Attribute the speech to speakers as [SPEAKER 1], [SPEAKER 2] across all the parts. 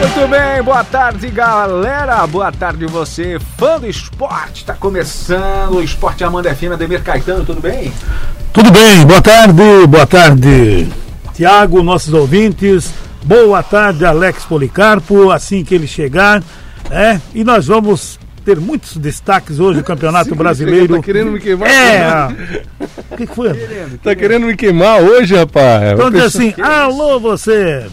[SPEAKER 1] Muito bem, boa tarde galera, boa tarde você, fã do esporte, tá começando o Esporte Amanda FM, Ademir Caetano, tudo bem?
[SPEAKER 2] Tudo bem, boa tarde, boa tarde, Tiago, nossos ouvintes, boa tarde, Alex Policarpo, assim que ele chegar, é, e nós vamos ter muitos destaques hoje do Campeonato
[SPEAKER 3] Sim,
[SPEAKER 2] Brasileiro.
[SPEAKER 3] tá querendo me queimar?
[SPEAKER 2] É! O que que foi?
[SPEAKER 3] Tá querendo me queimar hoje, rapaz?
[SPEAKER 2] Então diz assim, alô você!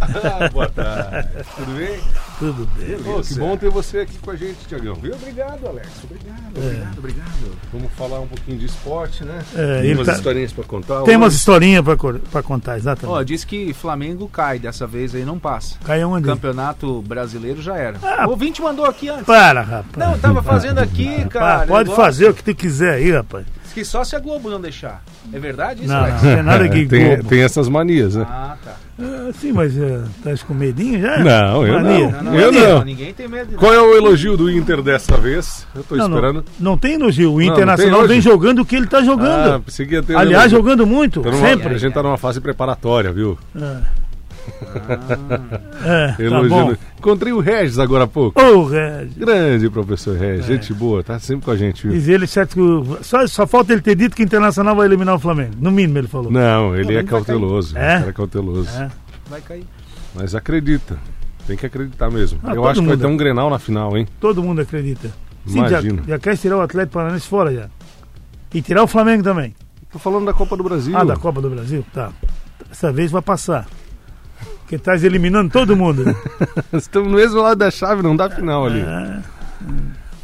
[SPEAKER 3] Ah, boa tarde. Tudo bem?
[SPEAKER 2] Tudo bem.
[SPEAKER 3] Ô, que bom ter você É. aqui com a gente, Tiagão. Viu?
[SPEAKER 1] Obrigado, Alex, obrigado, obrigado, obrigado.
[SPEAKER 3] Vamos falar um pouquinho de esporte, né?
[SPEAKER 2] É,
[SPEAKER 3] Tem
[SPEAKER 2] ele
[SPEAKER 3] umas
[SPEAKER 2] tá-
[SPEAKER 3] historinhas pra contar.
[SPEAKER 2] Tem umas
[SPEAKER 3] hoje.
[SPEAKER 2] historinhas para contar,
[SPEAKER 1] Ó,
[SPEAKER 2] exatamente.
[SPEAKER 1] diz que Flamengo cai dessa vez aí, não passa.
[SPEAKER 2] Caiu onde?
[SPEAKER 1] Campeonato brasileiro já era.
[SPEAKER 2] Ah.
[SPEAKER 1] o ouvinte mandou aqui antes.
[SPEAKER 2] Para, rapaz.
[SPEAKER 1] Não, eu tava fazendo
[SPEAKER 3] Ah,
[SPEAKER 1] aqui,
[SPEAKER 2] Pá,
[SPEAKER 1] cara.
[SPEAKER 2] pode
[SPEAKER 1] negócio-
[SPEAKER 2] fazer o que tu quiser aí, rapaz.
[SPEAKER 1] Diz que só se a Globo não deixar. É verdade isso,
[SPEAKER 2] Não,
[SPEAKER 1] Alex?
[SPEAKER 2] não tem nada que
[SPEAKER 3] É, tem,
[SPEAKER 2] Globo.
[SPEAKER 3] tem essas manias, né?
[SPEAKER 1] Ah, tá.
[SPEAKER 2] Ah, Sim, mas eh, tá com medinho já?
[SPEAKER 3] Não, eu
[SPEAKER 2] Mania.
[SPEAKER 3] não. Eu não.
[SPEAKER 1] Ninguém tem medo. de-
[SPEAKER 3] Qual é o elogio do Inter dessa vez? Eu tô
[SPEAKER 2] Não, não,
[SPEAKER 3] esperando.
[SPEAKER 2] não tem no Gil. O
[SPEAKER 3] não
[SPEAKER 2] Internacional
[SPEAKER 3] tem hoje?
[SPEAKER 2] vem jogando o que ele tá
[SPEAKER 3] Ah,
[SPEAKER 2] jogando.
[SPEAKER 3] pensei que ia ter
[SPEAKER 2] Aliás,
[SPEAKER 3] elogio.
[SPEAKER 2] jogando muito,
[SPEAKER 3] Tá numa-
[SPEAKER 2] sempre.
[SPEAKER 3] A gente tá numa fase preparatória, viu?
[SPEAKER 2] É, tá bom.
[SPEAKER 3] Elogiando. Encontrei o Regis agora há pouco.
[SPEAKER 2] Ô, Regis.
[SPEAKER 3] Grande professor Regis,
[SPEAKER 2] É.
[SPEAKER 3] gente boa, tá sempre com a gente, viu?
[SPEAKER 2] Diz ele certo que o- só, só falta ele ter dito que o Internacional vai eliminar o Flamengo. No mínimo ele falou.
[SPEAKER 3] Não, ele é
[SPEAKER 1] ele vai cair.
[SPEAKER 3] cauteloso.
[SPEAKER 2] É?
[SPEAKER 3] O cara é cauteloso.
[SPEAKER 2] É.
[SPEAKER 1] Vai cair.
[SPEAKER 3] Mas acredita. Tem que acreditar mesmo.
[SPEAKER 2] Ah,
[SPEAKER 3] Eu
[SPEAKER 2] todo
[SPEAKER 3] acho que vai
[SPEAKER 2] mundo.
[SPEAKER 3] ter um Grenal na final, hein?
[SPEAKER 2] Todo mundo acredita. já,
[SPEAKER 3] Imagina.
[SPEAKER 2] já quer tirar o Atlético Paranaense fora já. E tirar o Flamengo também.
[SPEAKER 3] Tô falando da Copa do Brasil.
[SPEAKER 2] Ah, da Copa do Brasil? Tá. Dessa vez vai passar. Porque tá eliminando todo mundo.
[SPEAKER 3] Estamos no mesmo lado da chave, não dá final ali.
[SPEAKER 2] É.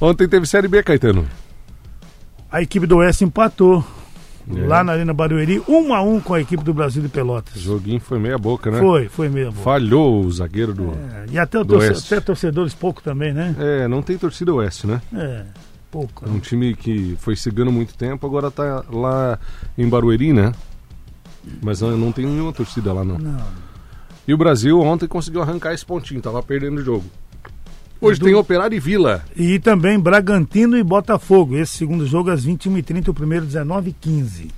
[SPEAKER 3] Ontem teve Série B, Caetano.
[SPEAKER 2] A equipe do Oeste empatou
[SPEAKER 3] É.
[SPEAKER 2] lá na Arena Barueri, um a um com a equipe do Brasil de Pelotas.
[SPEAKER 3] O joguinho foi meia boca, né?
[SPEAKER 2] Foi, foi mesmo.
[SPEAKER 3] Falhou o zagueiro do...
[SPEAKER 2] É, e até, o
[SPEAKER 3] Do
[SPEAKER 2] torce-
[SPEAKER 3] Oeste.
[SPEAKER 2] até torcedores pouco também, né?
[SPEAKER 3] É, não tem torcida oeste, né?
[SPEAKER 2] É, pouco.
[SPEAKER 3] É um time que foi cegando muito tempo, agora tá lá em Barueri, né? Mas ah, não, não tem nenhuma torcida lá, não.
[SPEAKER 2] Não.
[SPEAKER 3] E o Brasil ontem conseguiu arrancar esse pontinho, tava perdendo o jogo. Hoje
[SPEAKER 2] Edu-
[SPEAKER 3] tem Operário e Vila.
[SPEAKER 2] E também Bragantino e Botafogo. Esse segundo jogo é às 21h30, o primeiro 19h15.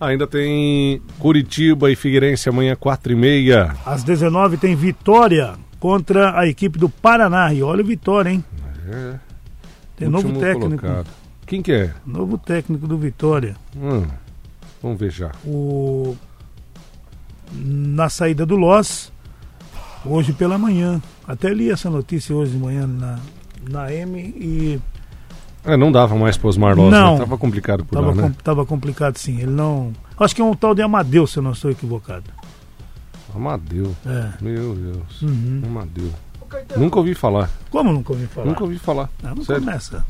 [SPEAKER 3] Ainda tem Curitiba e Figueirense amanhã, 4 e meia.
[SPEAKER 2] Às 19 tem Vitória contra a equipe do Paraná. E olha o Vitória, hein?
[SPEAKER 3] É,
[SPEAKER 2] Tem novo
[SPEAKER 3] último
[SPEAKER 2] técnico.
[SPEAKER 3] colocado. Quem que é?
[SPEAKER 2] Novo técnico do Vitória.
[SPEAKER 3] Hum, vamos ver já.
[SPEAKER 2] O... Na saída do Loss, hoje pela manhã. Até li essa notícia hoje de manhã na, na M e
[SPEAKER 3] É, não dava mais para Osmar Loz,
[SPEAKER 2] Não.
[SPEAKER 3] né? Tava complicado por
[SPEAKER 2] Tava,
[SPEAKER 3] lá,
[SPEAKER 2] com-
[SPEAKER 3] né?
[SPEAKER 2] tava complicado sim. Ele não. Acho que é um tal de Amadeu, se eu não estou equivocado.
[SPEAKER 3] Amadeu.
[SPEAKER 2] É.
[SPEAKER 3] Meu Deus.
[SPEAKER 2] Uhum.
[SPEAKER 3] Amadeu. Nunca ouvi falar.
[SPEAKER 2] Como nunca ouvi falar?
[SPEAKER 3] Nunca ouvi falar.
[SPEAKER 2] Ah, não
[SPEAKER 3] Sério?
[SPEAKER 2] começa.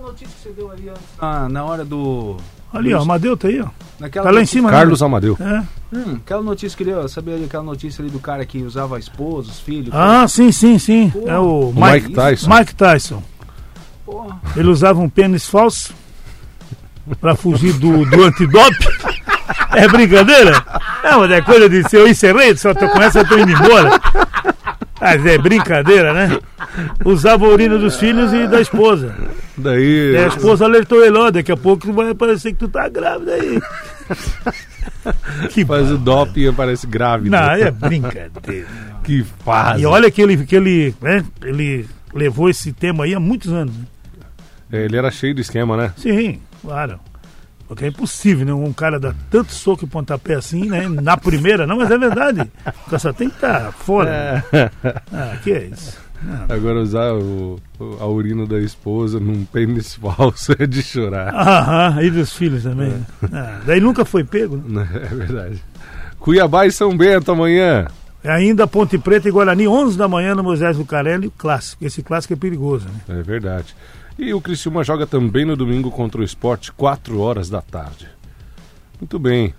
[SPEAKER 1] notícia que você deu ali antes? Ah, na hora do.
[SPEAKER 2] Ali, ó, Amadeu tá aí, ó.
[SPEAKER 1] Naquela
[SPEAKER 2] Tá lá em
[SPEAKER 1] notícia-
[SPEAKER 2] cima, né?
[SPEAKER 3] Carlos Amadeu.
[SPEAKER 2] É.
[SPEAKER 1] Hum, aquela notícia que ele, ó, sabia ali, aquela notícia ali do cara que usava a esposa, os filhos.
[SPEAKER 2] Ah, sim, sim, sim.
[SPEAKER 1] Pô.
[SPEAKER 2] É o
[SPEAKER 3] O Mike,
[SPEAKER 2] Mike,
[SPEAKER 3] Tyson.
[SPEAKER 2] Mike Tyson.
[SPEAKER 1] Porra.
[SPEAKER 2] Ele usava um pênis falso pra fugir do, do antidope. É brincadeira? É, mas é coisa de se eu encerrei, só tô com essa eu tô indo embora. Mas é brincadeira, né? Usava a urina dos filhos e da esposa.
[SPEAKER 3] Daí.
[SPEAKER 2] E a esposa alertou ele, ó, daqui a pouco vai aparecer que tu tá grávida aí. que
[SPEAKER 3] Faz o doping e aparece grávida.
[SPEAKER 2] Não, é brincadeira.
[SPEAKER 3] Que fase.
[SPEAKER 2] E olha que ele, que ele, né, ele levou esse tema aí há muitos anos. né?
[SPEAKER 3] É, ele era cheio de esquema, né?
[SPEAKER 2] Sim, claro. Porque é impossível, né? Um cara dar tanto soco e pontapé assim, né? Na primeira, não, mas é verdade. O cara só tem que estar fora. Ah, que é isso?
[SPEAKER 3] Agora usar o, o- a urina da esposa num pênis falso é de chorar.
[SPEAKER 2] Aham, e dos filhos também. né? Ah, daí nunca foi pego, né?
[SPEAKER 3] Né? É verdade. Cuiabá e São Bento amanhã.
[SPEAKER 2] É Ainda Ponte Preta e Guarani, 11 da manhã no Moisés Lucarelli, clássico. Esse clássico é perigoso, né?
[SPEAKER 3] É verdade. E o Criciúma joga também no domingo contra o esporte, 4 horas da tarde. Muito bem.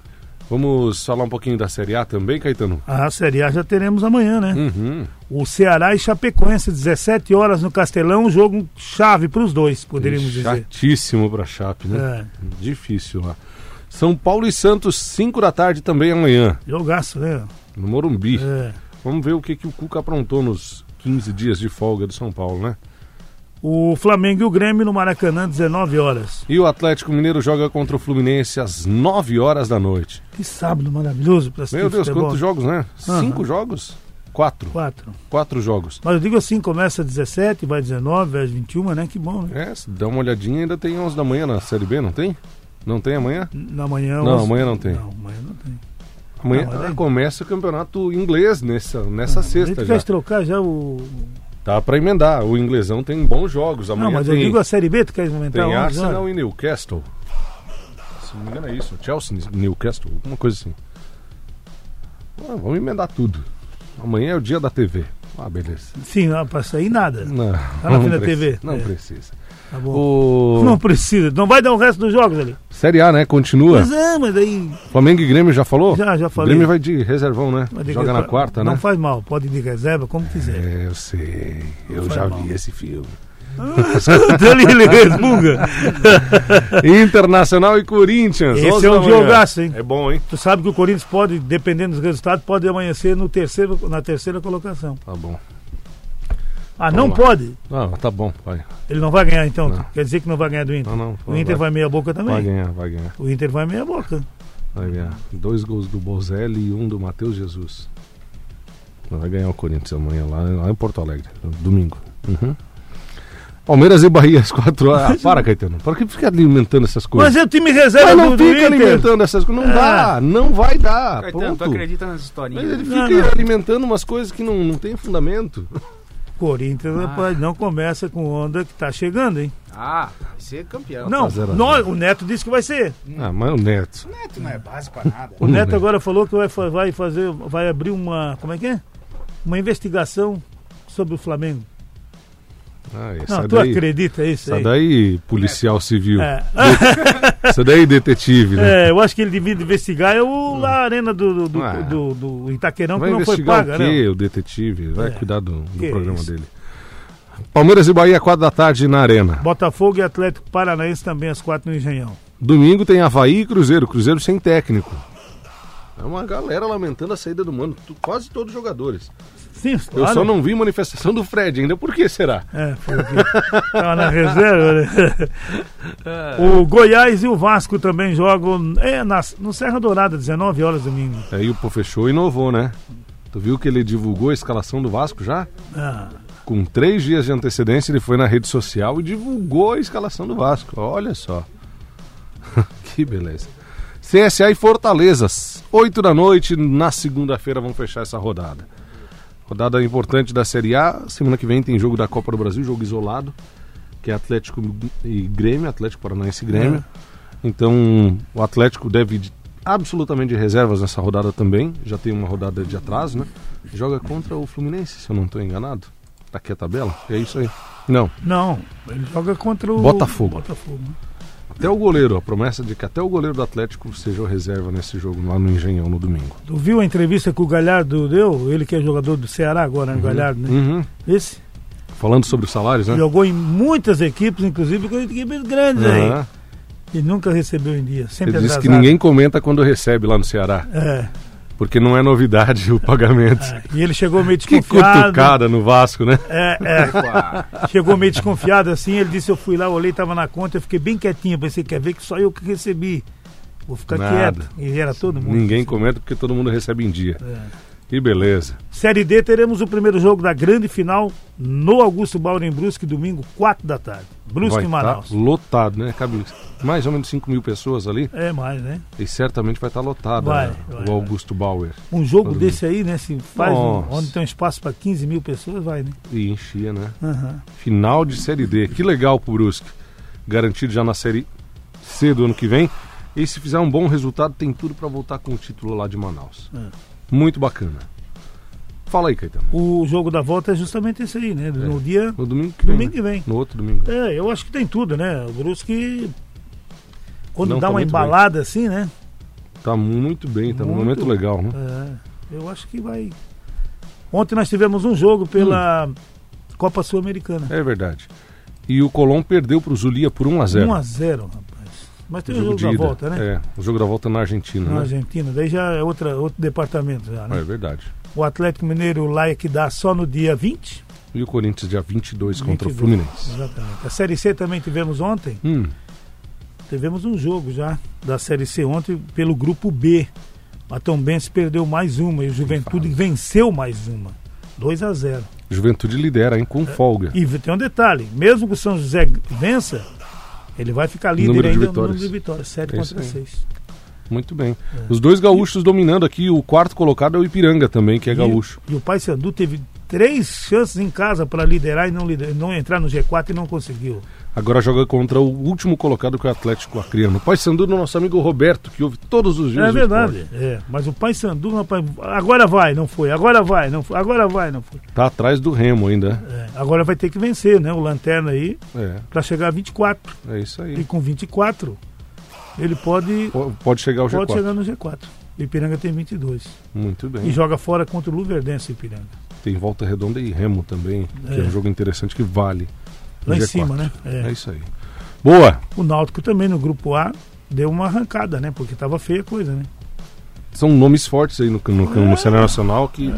[SPEAKER 3] Vamos falar um pouquinho da Série A também, Caetano?
[SPEAKER 2] Ah, A Série A já teremos amanhã, né?
[SPEAKER 3] Uhum.
[SPEAKER 2] O Ceará e Chapecoense, 17 horas no Castelão, um jogo chave para os dois, poderíamos dizer.
[SPEAKER 3] Chatíssimo pra Chape,
[SPEAKER 2] É,
[SPEAKER 3] né? Difícil lá. São Paulo e Santos, 5 da tarde também amanhã,
[SPEAKER 2] jogaço, né?
[SPEAKER 3] no Morumbi.
[SPEAKER 2] É.
[SPEAKER 3] Vamos ver o que, que o Cuca aprontou nos 15 dias de folga do São Paulo, né?
[SPEAKER 2] O Flamengo e o Grêmio no Maracanã, 19 horas.
[SPEAKER 3] E o Atlético Mineiro joga contra o Fluminense às 9 horas da noite.
[SPEAKER 2] Que sábado maravilhoso para assistir
[SPEAKER 3] Meu Deus,
[SPEAKER 2] futebol.
[SPEAKER 3] quantos jogos, né?
[SPEAKER 2] Aham.
[SPEAKER 3] Cinco jogos? Quatro.
[SPEAKER 2] Quatro.
[SPEAKER 3] Quatro jogos.
[SPEAKER 2] Mas eu digo assim, começa 17, vai 19, vai às 21, né? Que bom, né?
[SPEAKER 3] É, se dá uma olhadinha, ainda tem 11 da manhã na Série B, não tem? Não tem amanhã?
[SPEAKER 2] Na manhã...
[SPEAKER 3] Não,
[SPEAKER 2] os-
[SPEAKER 3] amanhã não tem.
[SPEAKER 2] Não, amanhã não tem.
[SPEAKER 3] Amanhã
[SPEAKER 2] Não, mas
[SPEAKER 3] ah,
[SPEAKER 2] aí-
[SPEAKER 3] começa o campeonato inglês nessa, nessa
[SPEAKER 2] A
[SPEAKER 3] sexta
[SPEAKER 2] gente
[SPEAKER 3] já.
[SPEAKER 2] quer trocar já o...
[SPEAKER 3] Tá pra emendar. O inglesão tem bons jogos. Amanhã
[SPEAKER 2] Não, mas eu
[SPEAKER 3] tem,
[SPEAKER 2] digo assim, então, a Série B, tu quer aumentar
[SPEAKER 3] tem
[SPEAKER 2] 11
[SPEAKER 3] Arsenal
[SPEAKER 2] horas?
[SPEAKER 3] e Newcastle. Se não me engano é isso. Chelsea, Newcastle, alguma coisa assim. Ah, vamos emendar tudo. Amanhã é o dia da TV. Ah, beleza.
[SPEAKER 2] Sim, não, pra sair nada.
[SPEAKER 3] Não,
[SPEAKER 2] Tá. na
[SPEAKER 3] não
[SPEAKER 2] fim da TV.
[SPEAKER 3] Não
[SPEAKER 2] É.
[SPEAKER 3] precisa.
[SPEAKER 2] Tá bom.
[SPEAKER 3] O...
[SPEAKER 2] Não precisa, não vai dar o resto dos jogos ali.
[SPEAKER 3] Série A, né? Continua.
[SPEAKER 2] Pois é, mas aí...
[SPEAKER 3] Flamengo e Grêmio já falou?
[SPEAKER 2] Já, já
[SPEAKER 3] O
[SPEAKER 2] falei.
[SPEAKER 3] Grêmio vai de reservão, né?
[SPEAKER 2] Mas digo,
[SPEAKER 3] Joga na
[SPEAKER 2] pra-
[SPEAKER 3] quarta,
[SPEAKER 2] não
[SPEAKER 3] né?
[SPEAKER 2] faz mal, pode ir de reserva, como quiser.
[SPEAKER 3] É, eu sei. Eu
[SPEAKER 2] Não
[SPEAKER 3] já
[SPEAKER 2] faz mal.
[SPEAKER 3] vi esse filme. É.
[SPEAKER 2] Então ele, ele resmunga.
[SPEAKER 3] Internacional e Corinthians.
[SPEAKER 2] Esse
[SPEAKER 3] 11
[SPEAKER 2] é um
[SPEAKER 3] da manhã.
[SPEAKER 2] jogaço, hein?
[SPEAKER 3] É bom, hein?
[SPEAKER 2] Tu sabe que o Corinthians pode, dependendo dos resultados, pode amanhecer no terceiro, na terceira colocação.
[SPEAKER 3] Tá bom.
[SPEAKER 2] Ah,
[SPEAKER 3] Vamos
[SPEAKER 2] não
[SPEAKER 3] lá.
[SPEAKER 2] pode?
[SPEAKER 3] Ah, tá bom, vai.
[SPEAKER 2] Ele não vai ganhar então?
[SPEAKER 3] Não.
[SPEAKER 2] Quer dizer que não vai ganhar do Inter?
[SPEAKER 3] Não, não.
[SPEAKER 2] O Inter vai meia boca
[SPEAKER 3] Vai
[SPEAKER 2] também.
[SPEAKER 3] ganhar, vai ganhar,
[SPEAKER 2] O Inter vai meia boca.
[SPEAKER 3] vai ganhar. Dois gols do Bozelli e um do Matheus Jesus. Vai ganhar o Corinthians amanhã lá, lá em Porto Alegre, domingo. Uhum. Palmeiras e Bahia às quatro horas. Ah, para, Caetano. Para que ficar alimentando essas coisas?
[SPEAKER 2] Mas é o time reserva
[SPEAKER 3] Mas
[SPEAKER 2] do,
[SPEAKER 3] não
[SPEAKER 2] do
[SPEAKER 3] fica
[SPEAKER 2] Inter.
[SPEAKER 3] alimentando essas coisas. Não
[SPEAKER 2] É.
[SPEAKER 3] dá, não vai dar.
[SPEAKER 1] Caetano, tu
[SPEAKER 3] ponto.
[SPEAKER 1] acredita nas
[SPEAKER 3] Mas ele
[SPEAKER 1] historinhas?
[SPEAKER 3] fica
[SPEAKER 2] Não, não.
[SPEAKER 3] alimentando umas coisas que não, não tem fundamento.
[SPEAKER 2] O Corinthians,
[SPEAKER 1] Ah.
[SPEAKER 2] rapaz, não começa com onda que tá chegando, hein?
[SPEAKER 1] Ah, vai ser campeão.
[SPEAKER 2] Não,
[SPEAKER 3] Tá zero a
[SPEAKER 2] nós- o Neto disse que vai ser.
[SPEAKER 3] Ah, mas o Neto.
[SPEAKER 1] O Neto não é base pra nada.
[SPEAKER 2] O
[SPEAKER 3] Hum,
[SPEAKER 2] Neto
[SPEAKER 3] né?
[SPEAKER 2] agora falou que vai, fa- vai fazer, vai abrir uma, como é que é? Uma investigação sobre o Flamengo.
[SPEAKER 3] Ah, essa
[SPEAKER 2] Não, tu
[SPEAKER 3] daí,
[SPEAKER 2] acredita isso
[SPEAKER 3] essa
[SPEAKER 2] aí?
[SPEAKER 3] daí, policial civil.
[SPEAKER 2] É.
[SPEAKER 3] Essa daí, detetive, né?
[SPEAKER 2] É, eu acho que ele devia investigar é o, lá a arena do, do, do,
[SPEAKER 3] Ah.
[SPEAKER 2] do- do Itaquerão
[SPEAKER 3] Vai
[SPEAKER 2] que não foi
[SPEAKER 3] investigar
[SPEAKER 2] paga,
[SPEAKER 3] o quê?
[SPEAKER 2] né?
[SPEAKER 3] O detetive vai
[SPEAKER 2] É.
[SPEAKER 3] cuidar do, do
[SPEAKER 2] Que
[SPEAKER 3] programa
[SPEAKER 2] isso.
[SPEAKER 3] dele. Palmeiras e Bahia, 4 da tarde na Arena.
[SPEAKER 2] Botafogo e Atlético Paranaense também às quatro no Engenhão.
[SPEAKER 3] Domingo tem Havaí e Cruzeiro. Cruzeiro sem técnico. É uma galera lamentando a saída do Mano. tu- Quase todos os jogadores.
[SPEAKER 2] Sim,
[SPEAKER 3] Eu só não vi manifestação do Fred ainda. Por que será?
[SPEAKER 2] É, foi aqui. Tava na reserva, né? O Goiás e o Vasco também jogam é, na, no Serra Dourada, 19 horas domingo.
[SPEAKER 3] Aí o Pô fechou e inovou, né? Tu viu que ele divulgou a escalação do Vasco já?
[SPEAKER 2] Ah,
[SPEAKER 3] Com três dias de antecedência, ele foi na rede social e divulgou a escalação do Vasco. Olha só. que beleza. CSA e Fortalezas. Oito da noite, na segunda-feira, vão fechar essa rodada. Rodada importante da Série A. Semana que vem tem jogo da Copa do Brasil, jogo isolado, que é Atlético e Grêmio, Atlético Paranaense e Grêmio. Então, o Atlético deve de- absolutamente de reservas nessa rodada também. Já tem uma rodada de atraso, né? Joga contra o Fluminense, se eu não estou enganado. Tá aqui a tabela? É isso aí. Não,
[SPEAKER 2] não, ele joga contra o
[SPEAKER 3] Botafogo.
[SPEAKER 2] Botafogo.
[SPEAKER 3] até o goleiro. A promessa de que até o goleiro do Atlético seja o reserva nesse jogo lá no Engenhão no domingo.
[SPEAKER 2] Tu viu a entrevista que o Galhardo deu? Ele que é jogador do Ceará agora, né? O Galhardo, né?
[SPEAKER 3] Uhum.
[SPEAKER 2] Esse
[SPEAKER 3] Falando sobre os salários, né?
[SPEAKER 2] jogou em muitas equipes, inclusive com equipes grandes aí.
[SPEAKER 3] Aham.
[SPEAKER 2] E nunca recebeu em dia, sempre é
[SPEAKER 3] Ele disse
[SPEAKER 2] atrasado.
[SPEAKER 3] que ninguém comenta quando recebe lá no Ceará,
[SPEAKER 2] É,
[SPEAKER 3] porque não é novidade o pagamento.
[SPEAKER 2] é. E ele chegou meio
[SPEAKER 3] Que
[SPEAKER 2] desconfiado.
[SPEAKER 3] cutucada no Vasco, né?
[SPEAKER 2] É, é. Chegou meio desconfiado assim. Ele disse: Eu fui lá, olhei, tava na conta. Eu fiquei bem quietinho. Pensei: Quer ver que só eu que recebi. Vou ficar
[SPEAKER 3] Nada.
[SPEAKER 2] quieto. E era todo mundo.
[SPEAKER 3] Ninguém comenta porque todo mundo recebe em dia.
[SPEAKER 2] É.
[SPEAKER 3] Que beleza.
[SPEAKER 2] Série D, teremos o primeiro jogo da grande final no Augusto Bauro em Brusque, domingo, 4 da tarde. Brusque
[SPEAKER 3] Vai
[SPEAKER 2] e
[SPEAKER 3] tá estar
[SPEAKER 2] Manaus.
[SPEAKER 3] lotado, né? Cabe mais ou menos 5 mil pessoas ali
[SPEAKER 2] É mais, né?
[SPEAKER 3] e certamente vai estar lotado
[SPEAKER 2] Vai,
[SPEAKER 3] né?
[SPEAKER 2] vai,
[SPEAKER 3] o
[SPEAKER 2] vai.
[SPEAKER 3] Augusto Bauer.
[SPEAKER 2] Um jogo
[SPEAKER 3] Todo
[SPEAKER 2] desse aí, né? Se faz um-
[SPEAKER 3] Nossa.
[SPEAKER 2] onde tem um espaço para 15 mil pessoas, vai, né?
[SPEAKER 3] E enchia, né?
[SPEAKER 2] Aham.
[SPEAKER 3] Final de Série D. Que legal pro Brusque. Garantido já na Série C do ano que vem. E se fizer um bom resultado, tem tudo pra voltar com o título lá de Manaus.
[SPEAKER 2] É.
[SPEAKER 3] Muito bacana. Fala aí, Caetano.
[SPEAKER 2] O jogo da volta é justamente esse aí, né? No dia.
[SPEAKER 3] No domingo que vem.
[SPEAKER 2] Domingo
[SPEAKER 3] né?
[SPEAKER 2] que vem.
[SPEAKER 3] No outro domingo.
[SPEAKER 2] É, eu acho que tem tudo, né? O Brusque, quando
[SPEAKER 3] Não,
[SPEAKER 2] dá
[SPEAKER 3] tá
[SPEAKER 2] uma
[SPEAKER 3] muito
[SPEAKER 2] embalada assim, né?
[SPEAKER 3] Tá muito bem, tá num
[SPEAKER 2] Muito.
[SPEAKER 3] momento legal, né?
[SPEAKER 2] É, eu acho que vai. Ontem nós tivemos um jogo pela Copa Sul-Americana.
[SPEAKER 3] É verdade. E o Colom perdeu pro Zulia por 1 a 0
[SPEAKER 2] 1x0, rapaz. Mas tem o jogo,
[SPEAKER 3] É, de
[SPEAKER 2] da
[SPEAKER 3] ida.
[SPEAKER 2] volta, né?
[SPEAKER 3] É, o jogo da volta na Argentina,
[SPEAKER 2] Na
[SPEAKER 3] né?
[SPEAKER 2] Argentina, daí já é outra, outro departamento já, né?
[SPEAKER 3] É verdade.
[SPEAKER 2] O Atlético Mineiro lá é que dá só no dia 20.
[SPEAKER 3] E o Corinthians dia 22 contra o
[SPEAKER 2] 22,
[SPEAKER 3] Fluminense.
[SPEAKER 2] Exatamente. A Série C também tivemos ontem.
[SPEAKER 3] Hum,
[SPEAKER 2] Tivemos um jogo já da Série C ontem pelo grupo B. A Tombense perdeu mais uma e o Juventude venceu mais uma. 2 a 0
[SPEAKER 3] Juventude lidera, hein?
[SPEAKER 2] É.
[SPEAKER 3] Com folga.
[SPEAKER 2] E tem um detalhe, mesmo que o São José vença, ele vai ficar líder
[SPEAKER 3] Número de
[SPEAKER 2] ainda no
[SPEAKER 3] vitórias.
[SPEAKER 2] número de vitórias, 7
[SPEAKER 3] É isso
[SPEAKER 2] contra
[SPEAKER 3] aí.
[SPEAKER 2] 6.
[SPEAKER 3] Muito bem.
[SPEAKER 2] É.
[SPEAKER 3] Os dois gaúchos dominando aqui. O quarto colocado é o Ipiranga também, que é gaúcho.
[SPEAKER 2] E, o Paysandu teve três chances em casa para liderar e não, lider- não entrar no G4 e não conseguiu.
[SPEAKER 3] Agora joga contra o último colocado, que é o Atlético Acreano. Paysandu do nosso amigo Roberto, que ouve todos os dias.
[SPEAKER 2] é
[SPEAKER 3] o
[SPEAKER 2] verdade. É, mas o Paysandu, rapaz, agora vai, não foi. Agora vai, não foi. Agora vai, não foi.
[SPEAKER 3] esporte. Tá atrás do Remo ainda.
[SPEAKER 2] É, agora vai ter que vencer, né? O Lanterna aí
[SPEAKER 3] É,
[SPEAKER 2] para chegar a 24.
[SPEAKER 3] é isso
[SPEAKER 2] E
[SPEAKER 3] aí.
[SPEAKER 2] com 24 ele pode
[SPEAKER 3] Po- Pode chegar ao
[SPEAKER 2] pode
[SPEAKER 3] G4.
[SPEAKER 2] chegar no G4. O Ipiranga tem 22
[SPEAKER 3] Muito
[SPEAKER 2] e
[SPEAKER 3] bem.
[SPEAKER 2] joga fora contra o Luverdense Ipiranga.
[SPEAKER 3] Tem Volta Redonda e Remo também, que é
[SPEAKER 2] É.
[SPEAKER 3] um jogo interessante que vale. o
[SPEAKER 2] Lá em
[SPEAKER 3] G4.
[SPEAKER 2] cima, né?
[SPEAKER 3] É
[SPEAKER 2] É.
[SPEAKER 3] isso aí. Boa!
[SPEAKER 2] O Náutico também no grupo A deu uma arrancada, né? Porque tava feia a coisa, né?
[SPEAKER 3] São nomes fortes aí no, no, no
[SPEAKER 2] É.
[SPEAKER 3] cenário nacional que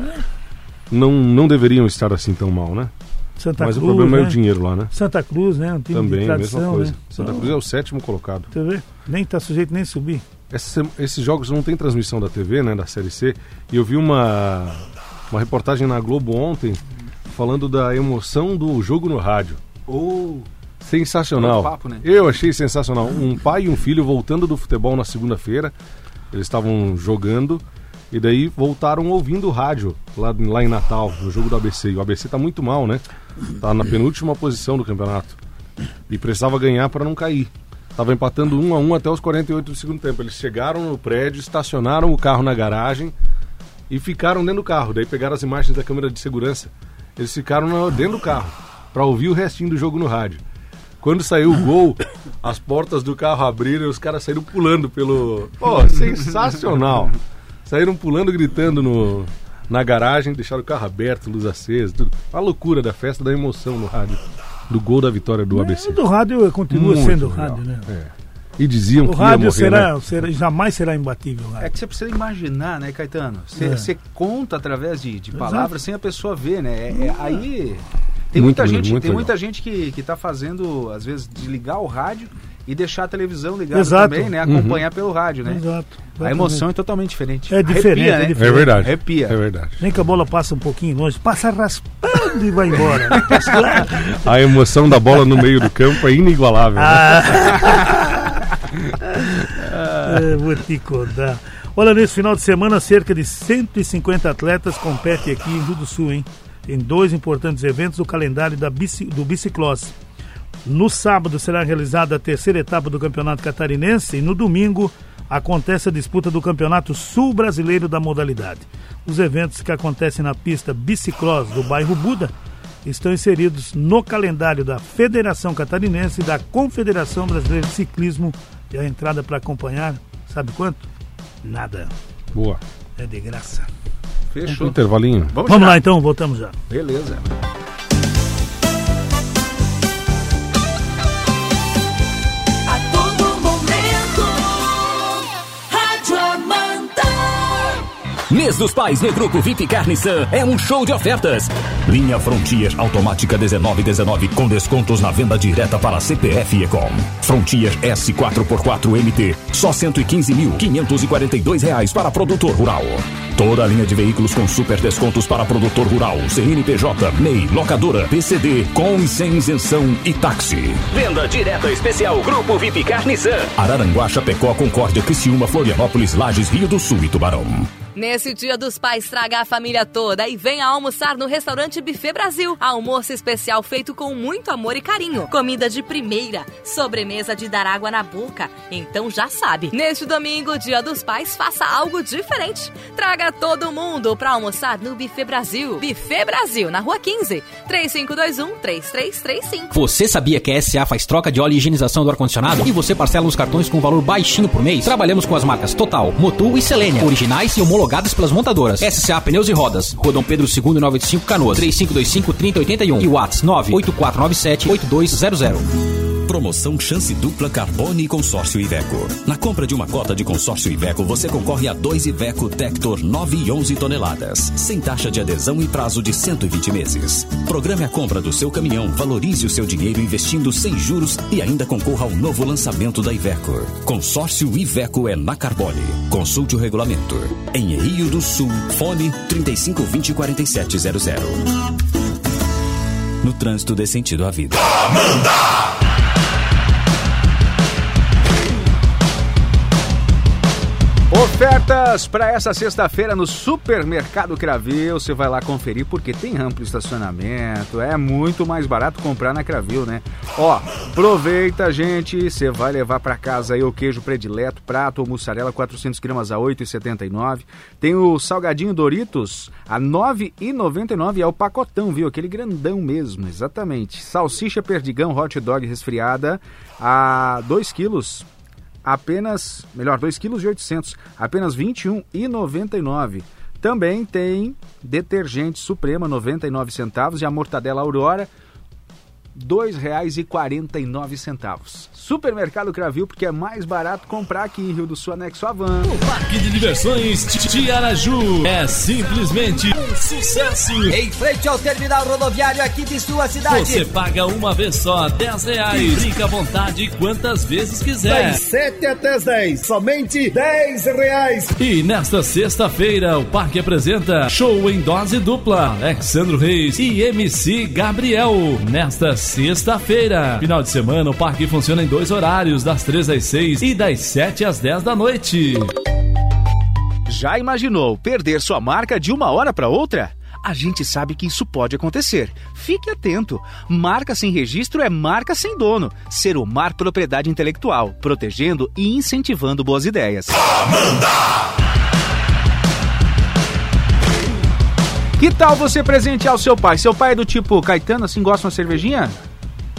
[SPEAKER 3] não, não deveriam estar assim tão mal, né?
[SPEAKER 2] Santa
[SPEAKER 3] Mas
[SPEAKER 2] Cruz,
[SPEAKER 3] o problema é
[SPEAKER 2] né?
[SPEAKER 3] o dinheiro lá, né?
[SPEAKER 2] Santa Cruz, né? Um time de
[SPEAKER 3] Também,
[SPEAKER 2] tradição,
[SPEAKER 3] mesma coisa.
[SPEAKER 2] né?
[SPEAKER 3] Santa
[SPEAKER 2] Então,
[SPEAKER 3] Cruz é o sétimo colocado.
[SPEAKER 2] Você vê? Nem tá sujeito nem subir.
[SPEAKER 3] Essa sema- esses jogos não tem transmissão da TV, né? Da Série C. E eu vi uma, uma reportagem na Globo ontem falando da emoção do jogo no rádio.
[SPEAKER 1] Ou
[SPEAKER 3] Sensacional.
[SPEAKER 1] É o papo, né?
[SPEAKER 3] Eu achei sensacional. Um pai e um filho voltando do futebol na segunda-feira. Eles estavam jogando e daí voltaram ouvindo o rádio lá, lá em Natal, no jogo do ABC. E o ABC tá muito mal, né? Tá na penúltima posição do campeonato. E precisava ganhar para não cair. Tava empatando um a um até os 48 do segundo tempo. Eles chegaram no prédio, estacionaram o carro na garagem e ficaram dentro do carro. Daí pegaram as imagens da câmera de segurança. Eles ficaram na- dentro do carro para ouvir o restinho do jogo no rádio. Quando saiu o gol, as portas do carro abriram e os caras saíram pulando pelo. Pô, sensacional! Saíram pulando, gritando no, na garagem, deixaram o carro aberto, luz acesa, tudo. A loucura da festa, da emoção no rádio. Do gol da vitória do
[SPEAKER 2] É,
[SPEAKER 3] ABC.
[SPEAKER 2] do rádio continua
[SPEAKER 3] Muito
[SPEAKER 2] sendo
[SPEAKER 3] legal.
[SPEAKER 2] rádio, né?
[SPEAKER 3] É. E diziam
[SPEAKER 2] O
[SPEAKER 3] que
[SPEAKER 2] rádio
[SPEAKER 3] ia morrer,
[SPEAKER 2] será,
[SPEAKER 3] né?
[SPEAKER 2] será- jamais será imbatível. o
[SPEAKER 1] É
[SPEAKER 2] rádio.
[SPEAKER 1] que você precisa imaginar, né, Caetano? Você
[SPEAKER 2] É.
[SPEAKER 1] você conta através de, de
[SPEAKER 2] Exato. Hum.
[SPEAKER 1] palavras sem a pessoa ver, né? É- é- aí tem
[SPEAKER 3] Muito
[SPEAKER 1] muita
[SPEAKER 3] bonito,
[SPEAKER 1] gente,
[SPEAKER 3] muito
[SPEAKER 1] tem
[SPEAKER 3] legal.
[SPEAKER 1] muita gente que que tá fazendo às vezes de ligar o rádio e deixar a televisão ligada
[SPEAKER 2] Exato.
[SPEAKER 1] também, né?
[SPEAKER 3] Uhum.
[SPEAKER 1] Acompanhar pelo rádio, né?
[SPEAKER 2] Exato.
[SPEAKER 1] A emoção é totalmente diferente.
[SPEAKER 2] É diferente, é
[SPEAKER 1] Arrepia, né?
[SPEAKER 2] diferente.
[SPEAKER 3] É verdade.
[SPEAKER 1] Arrepia.
[SPEAKER 3] É verdade.
[SPEAKER 2] Nem que a bola passa um pouquinho longe, passa raspando e vai embora. né?
[SPEAKER 3] A emoção da bola no meio do campo é inigualável. né?
[SPEAKER 2] Ah. É, vou te contar. Olha, nesse final de semana, cerca de 150 atletas competem aqui em Rio do Sul, hein? Em dois importantes eventos do calendário da bici- do Bicicross. No sábado será realizada a terceira etapa do Campeonato Catarinense e no domingo acontece a disputa do Campeonato Sul Brasileiro da modalidade. Os eventos que acontecem na pista Bicicross do bairro Buda estão inseridos no calendário da Federação Catarinense e da Confederação Brasileira de Ciclismo e a entrada para acompanhar, sabe quanto? Nada.
[SPEAKER 3] Boa.
[SPEAKER 2] É de graça.
[SPEAKER 1] Fechou.
[SPEAKER 3] Intervalinho.
[SPEAKER 2] Vamos lá então, voltamos já.
[SPEAKER 1] Beleza.
[SPEAKER 4] A todo momento, Rádio Amanda.
[SPEAKER 5] Mês dos Pais no Grupo Vipcar Nissan é um show de ofertas. Linha Frontier Automática 1919 com descontos na venda direta para CPF e Ecom. Frontier S4x4 MT, só R$ 115.542 reais para produtor rural. Toda a linha de veículos com super descontos para produtor rural, CNPJ, MEI, locadora, PCD, com e sem isenção e táxi. Venda direta especial Grupo Vipcar Nissan. Araranguá, Chapecó, Concórdia, Criciúma, Florianópolis, Lages, Rio do Sul e Tubarão.
[SPEAKER 6] Nesse dia dos pais, traga a família toda e venha almoçar no restaurante Buffet Brasil. Almoço especial feito com muito amor e carinho. Comida de primeira, sobremesa de dar água na boca. Então já sabe, neste domingo, dia dos pais, faça algo diferente. Traga todo mundo para almoçar no Buffet Brasil. Buffet Brasil, na Rua 15, 3521 3335.
[SPEAKER 7] Você sabia que a SA faz troca de óleo e higienização do ar-condicionado? E você parcela os cartões com valor baixinho por mês? Trabalhamos com as marcas Total, Motul e Selenia, originais e homologadas pelas montadoras. SA Pneus e Rodas, Rodão Pedro II um. 985 Canoas, 3525-3081 e Whats 98497-8200.
[SPEAKER 5] Promoção Chance Dupla Carbone e Consórcio Iveco. Na compra de uma cota de consórcio Iveco, você concorre a dois Iveco Tector 9 e 11 toneladas, sem taxa de adesão e prazo de 120 meses. Programe a compra do seu caminhão, valorize o seu dinheiro investindo sem juros e ainda concorra ao novo lançamento da Iveco. Consórcio Iveco é na Carbone. Consulte o regulamento. Em Rio do Sul, fone 3520 4700. No trânsito dê sentido à vida.
[SPEAKER 1] Ofertas para essa sexta-feira no Supermercado Cravil. Você vai lá conferir porque tem amplo estacionamento. É muito mais barato comprar na Cravil, né? Ó, aproveita, gente. Você vai levar para casa aí o queijo predileto, prato ou mussarela 400 gramas a 8,79. Tem o salgadinho Doritos a 9,99. É o pacotão, viu? Aquele grandão mesmo, exatamente. Salsicha perdigão hot dog resfriada a 2 quilos apenas, melhor, 2,8 kg, apenas um R$ 21,99. Também tem detergente Suprema 99 centavos e a mortadela Aurora R$ 2,49. Supermercado Cravil, porque é mais barato comprar aqui em Rio do Sul, anexo Avan.
[SPEAKER 8] Parque de diversões Tiaraju é simplesmente um sucesso.
[SPEAKER 9] Em frente ao terminal rodoviário aqui de sua cidade.
[SPEAKER 8] Você paga uma vez só R$ 10 reais e brinca à vontade quantas vezes quiser.
[SPEAKER 10] 7 até 10, somente 10 reais.
[SPEAKER 8] E nesta sexta-feira, o parque apresenta show em dose dupla, Alexandro Reis e MC Gabriel. Nesta sexta-feira, final de semana, o parque funciona em dois horários, das 3 às 6 e das 7 às 10 da noite.
[SPEAKER 1] Já imaginou perder sua marca de uma hora para outra? A gente sabe que isso pode acontecer. Fique atento. Marca sem registro é marca sem dono. Ser o mar propriedade intelectual, protegendo e incentivando boas ideias. Que tal você presentear o seu pai? Seu pai é do tipo, Caetano, assim, gosta de uma cervejinha?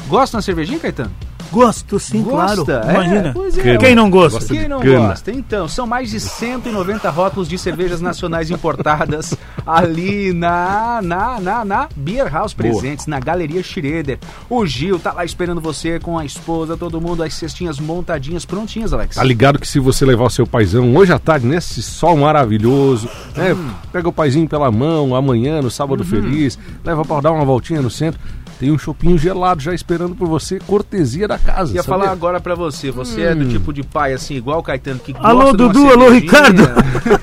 [SPEAKER 1] Gosta de uma cervejinha, Caetano?
[SPEAKER 2] Gosto sim,
[SPEAKER 1] Gosta?
[SPEAKER 2] claro.
[SPEAKER 1] É,
[SPEAKER 2] Imagina.
[SPEAKER 1] pois é.
[SPEAKER 2] Quem não gosta?
[SPEAKER 3] Gosta
[SPEAKER 1] Quem
[SPEAKER 3] de
[SPEAKER 1] não
[SPEAKER 3] cana.
[SPEAKER 1] gosta? Então, são mais de 190 rótulos de cervejas nacionais importadas ali na, na, na, na Beer House presentes, na Galeria Schroeder. O Gil tá lá esperando você com a esposa, todo mundo, as cestinhas montadinhas, prontinhas, Alex.
[SPEAKER 3] Tá ligado que se você levar o seu paizão hoje à tarde, nesse sol maravilhoso, né? Pega o paizinho pela mão, amanhã, no sábado feliz, leva pra dar uma voltinha no centro, tem um chopinho gelado já esperando por você, cortesia da casa.
[SPEAKER 1] Ia
[SPEAKER 3] sabia?
[SPEAKER 1] falar agora pra você, você é do tipo de pai assim, igual o Caetano, que gosta
[SPEAKER 2] Alô,
[SPEAKER 1] de uma
[SPEAKER 2] Dudu, alô,
[SPEAKER 1] cervejinha,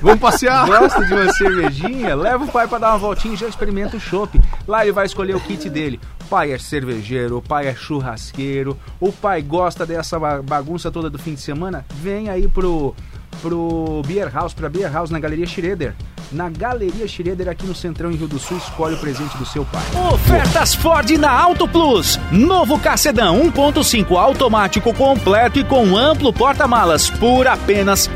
[SPEAKER 3] Vamos passear!
[SPEAKER 1] Gosta de uma cervejinha? Leva o pai pra dar uma voltinha e já experimenta o chopp. Lá ele vai escolher o kit dele. O pai é cervejeiro, o pai é churrasqueiro, o pai gosta dessa ba- bagunça toda do fim de semana. Vem aí pro, pro Beer House, pra Beer House na Galeria Schroeder. Na Galeria Schroeder, aqui no Centrão, em Rio do Sul, escolhe o presente do seu pai. Ofertas Ford na Auto Plus. Novo Carcedão 1.5 automático completo e com um amplo porta-malas por apenas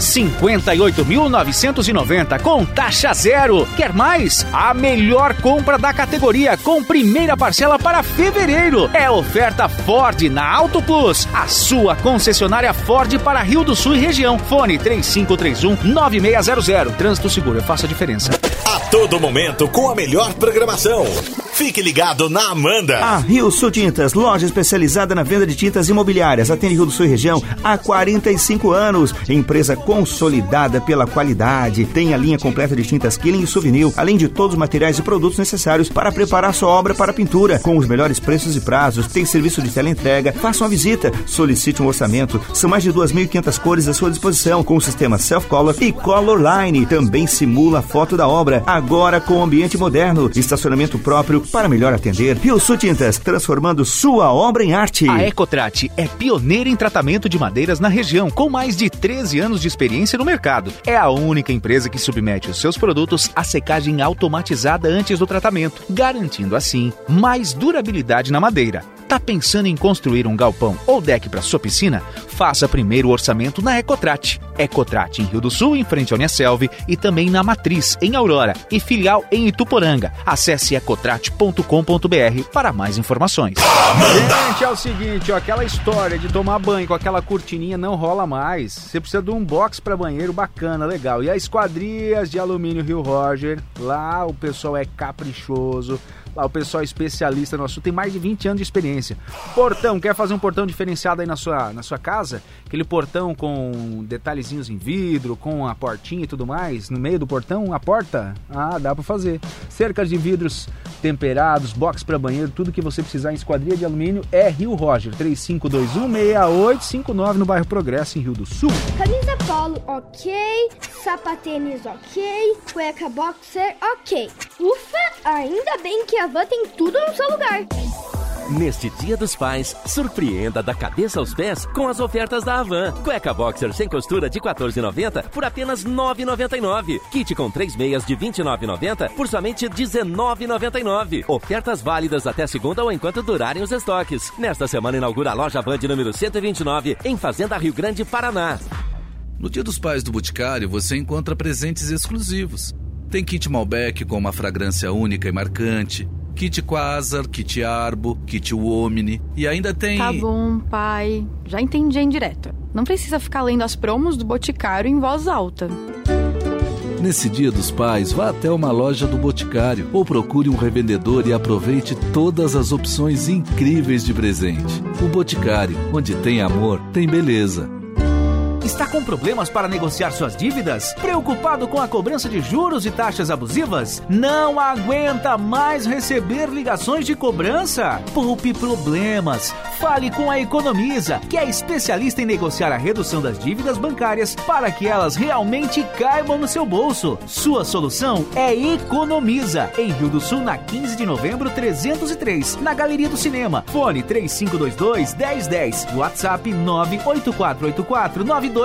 [SPEAKER 1] 58.990 com taxa zero. Quer mais? A melhor compra da categoria com primeira parcela para fevereiro. É oferta Ford na Auto Plus, a sua concessionária Ford para Rio do Sul e região. Fone 3531 9600. Trânsito seguro, faça a diferença.
[SPEAKER 11] A todo momento com a melhor programação. Fique ligado na Amanda.
[SPEAKER 10] A Rio Sul Tintas, loja especializada na venda de tintas imobiliárias, atende Rio do Sul e região há 45 anos. Empresa consolidada pela qualidade. Tem a linha completa de tintas Killing e Souvenir, além de todos os materiais e produtos necessários para preparar sua obra para a pintura, com os melhores preços e prazos. Tem serviço de teleentrega. Faça uma visita, solicite um orçamento. São mais de 2.500 cores à sua disposição, com o sistema Self-Color e Colorline. Também simula a foto da obra, agora com ambiente moderno, estacionamento próprio para melhor atender. Rio Sul Tintas, transformando sua obra em arte.
[SPEAKER 1] A Ecotrate é pioneira em tratamento de madeiras na região, com mais de 13 anos de experiência no mercado. É a única empresa que submete os seus produtos à secagem automatizada antes do tratamento, garantindo assim mais durabilidade na madeira. Tá pensando em construir um galpão ou deck para sua piscina? Faça primeiro o orçamento na Ecotrate. Ecotrate em Rio do Sul, em frente à Unicelv, e também na Matriz, em Aurora, e filial em Ituporanga. Acesse ecotrate.com.br para mais informações. Gente, é o seguinte, ó, aquela história de tomar banho com aquela cortininha não rola mais. Você precisa de um box para banheiro bacana, legal. E as quadrias de alumínio Rio Roger, lá o pessoal é caprichoso, lá o pessoal é especialista no assunto, tem mais de 20 anos de experiência. referência. Portão, quer fazer um portão diferenciado aí na sua, na sua casa? Aquele portão com detalhezinhos em vidro, com a portinha e tudo mais, no meio do portão, a porta? Ah, dá pra fazer. Cercas de vidros temperados, box pra banheiro, tudo que você precisar em esquadria de alumínio é Rio Roger, 35216859 no bairro Progresso, em Rio do Sul.
[SPEAKER 12] Camisa polo, ok. Sapatênis, ok. Cueca boxer, ok. Ufa, ainda bem que a van tem tudo no seu lugar.
[SPEAKER 13] Neste Dia dos Pais, surpreenda da cabeça aos pés com as ofertas da Avan. Cueca boxer sem costura de 14,90 por apenas 9,99. Kit com três meias de 29,90 por somente 19,99. Ofertas válidas até segunda ou enquanto durarem os estoques. Nesta semana inaugura a loja Avan de número 129 em Fazenda Rio Grande, Paraná.
[SPEAKER 14] No Dia dos Pais do Boticário, você encontra presentes exclusivos. Tem kit Malbec com uma fragrância única e marcante, kit Quasar, kit Arbo, kit Uomini e ainda tem...
[SPEAKER 15] Tá bom, pai. Já entendi a indireta. Não precisa ficar lendo as promos do Boticário em voz alta.
[SPEAKER 14] Nesse Dia dos Pais, vá até uma loja do Boticário ou procure um revendedor e aproveite todas as opções incríveis de presente. O Boticário, onde tem amor, tem beleza.
[SPEAKER 16] Está com problemas para negociar suas dívidas? Preocupado com a cobrança de juros e taxas abusivas? Não aguenta mais receber ligações de cobrança? Poupe problemas. Fale com a Economiza, que é especialista em negociar a redução das dívidas bancárias para que elas realmente caibam no seu bolso. Sua solução é Economiza, em Rio do Sul, na 15 de novembro, 303, na Galeria do Cinema. Fone 3522 1010, WhatsApp 98484 9294.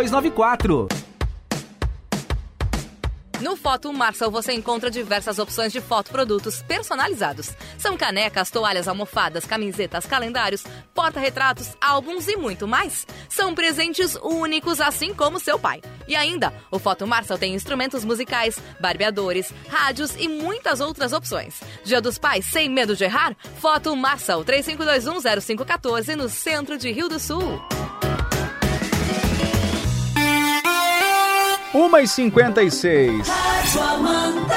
[SPEAKER 6] No Foto Marçal você encontra diversas opções de fotoprodutos personalizados. São canecas, toalhas, almofadas, camisetas, calendários, porta-retratos, álbuns e muito mais. São presentes únicos, assim como seu pai. E ainda, o Foto Marçal tem instrumentos musicais, barbeadores, rádios e muitas outras opções. Dia dos Pais, sem medo de errar? Foto Marçal 35210514 no centro de Rio do Sul.
[SPEAKER 1] 1 e 56
[SPEAKER 4] Rádio Amanda.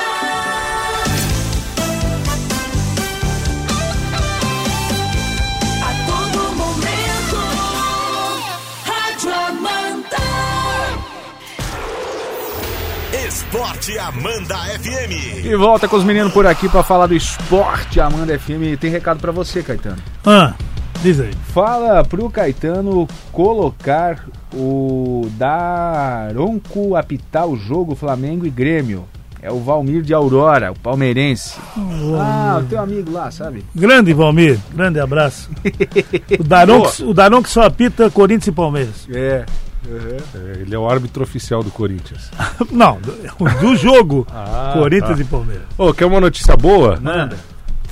[SPEAKER 4] A todo momento, Rádio Amanda.
[SPEAKER 11] Esporte Amanda FM.
[SPEAKER 1] E volta com os meninos por aqui pra falar do esporte. Amanda FM tem recado pra você, Caetano.
[SPEAKER 2] Ah, diz aí.
[SPEAKER 1] Fala pro Caetano colocar o Daronco apitar o jogo Flamengo e Grêmio. É o Valmir de Aurora, o palmeirense. Ah, o teu amigo lá, sabe?
[SPEAKER 2] Grande Valmir, grande abraço. O Daronco, o Daronco só apita Corinthians e Palmeiras.
[SPEAKER 3] É. Ele é o árbitro oficial do Corinthians.
[SPEAKER 2] Não, do, do jogo Corinthians
[SPEAKER 3] tá.
[SPEAKER 2] e Palmeiras.
[SPEAKER 3] Ô, quer uma notícia boa?
[SPEAKER 2] Manda.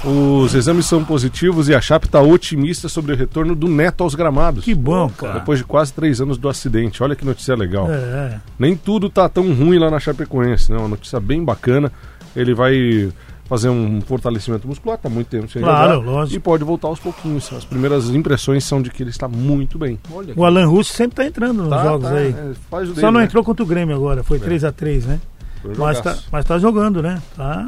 [SPEAKER 3] Os exames são positivos e a Chape está otimista sobre o retorno do Neto aos gramados.
[SPEAKER 2] Que bom, cara.
[SPEAKER 3] Depois de quase três anos do acidente. Olha que notícia legal.
[SPEAKER 2] É,
[SPEAKER 3] Nem tudo tá tão ruim lá na Chapecoense, né? Uma notícia bem bacana. Ele vai fazer um fortalecimento muscular, tá muito tempo sem
[SPEAKER 2] Claro,
[SPEAKER 3] jogar.
[SPEAKER 2] lógico.
[SPEAKER 3] E pode voltar aos pouquinhos. As primeiras impressões são de que ele está muito bem.
[SPEAKER 2] é. O Alan Russo sempre tá entrando nos
[SPEAKER 3] Tá,
[SPEAKER 2] jogos
[SPEAKER 3] tá,
[SPEAKER 2] aí.
[SPEAKER 3] é, faz o
[SPEAKER 2] Só
[SPEAKER 3] dele,
[SPEAKER 2] não
[SPEAKER 3] né?
[SPEAKER 2] entrou contra o Grêmio agora, foi
[SPEAKER 3] É.
[SPEAKER 2] 3x3, né?
[SPEAKER 3] Foi um
[SPEAKER 2] Mas tá,
[SPEAKER 3] jogaço.
[SPEAKER 2] mas tá jogando, né? Tá.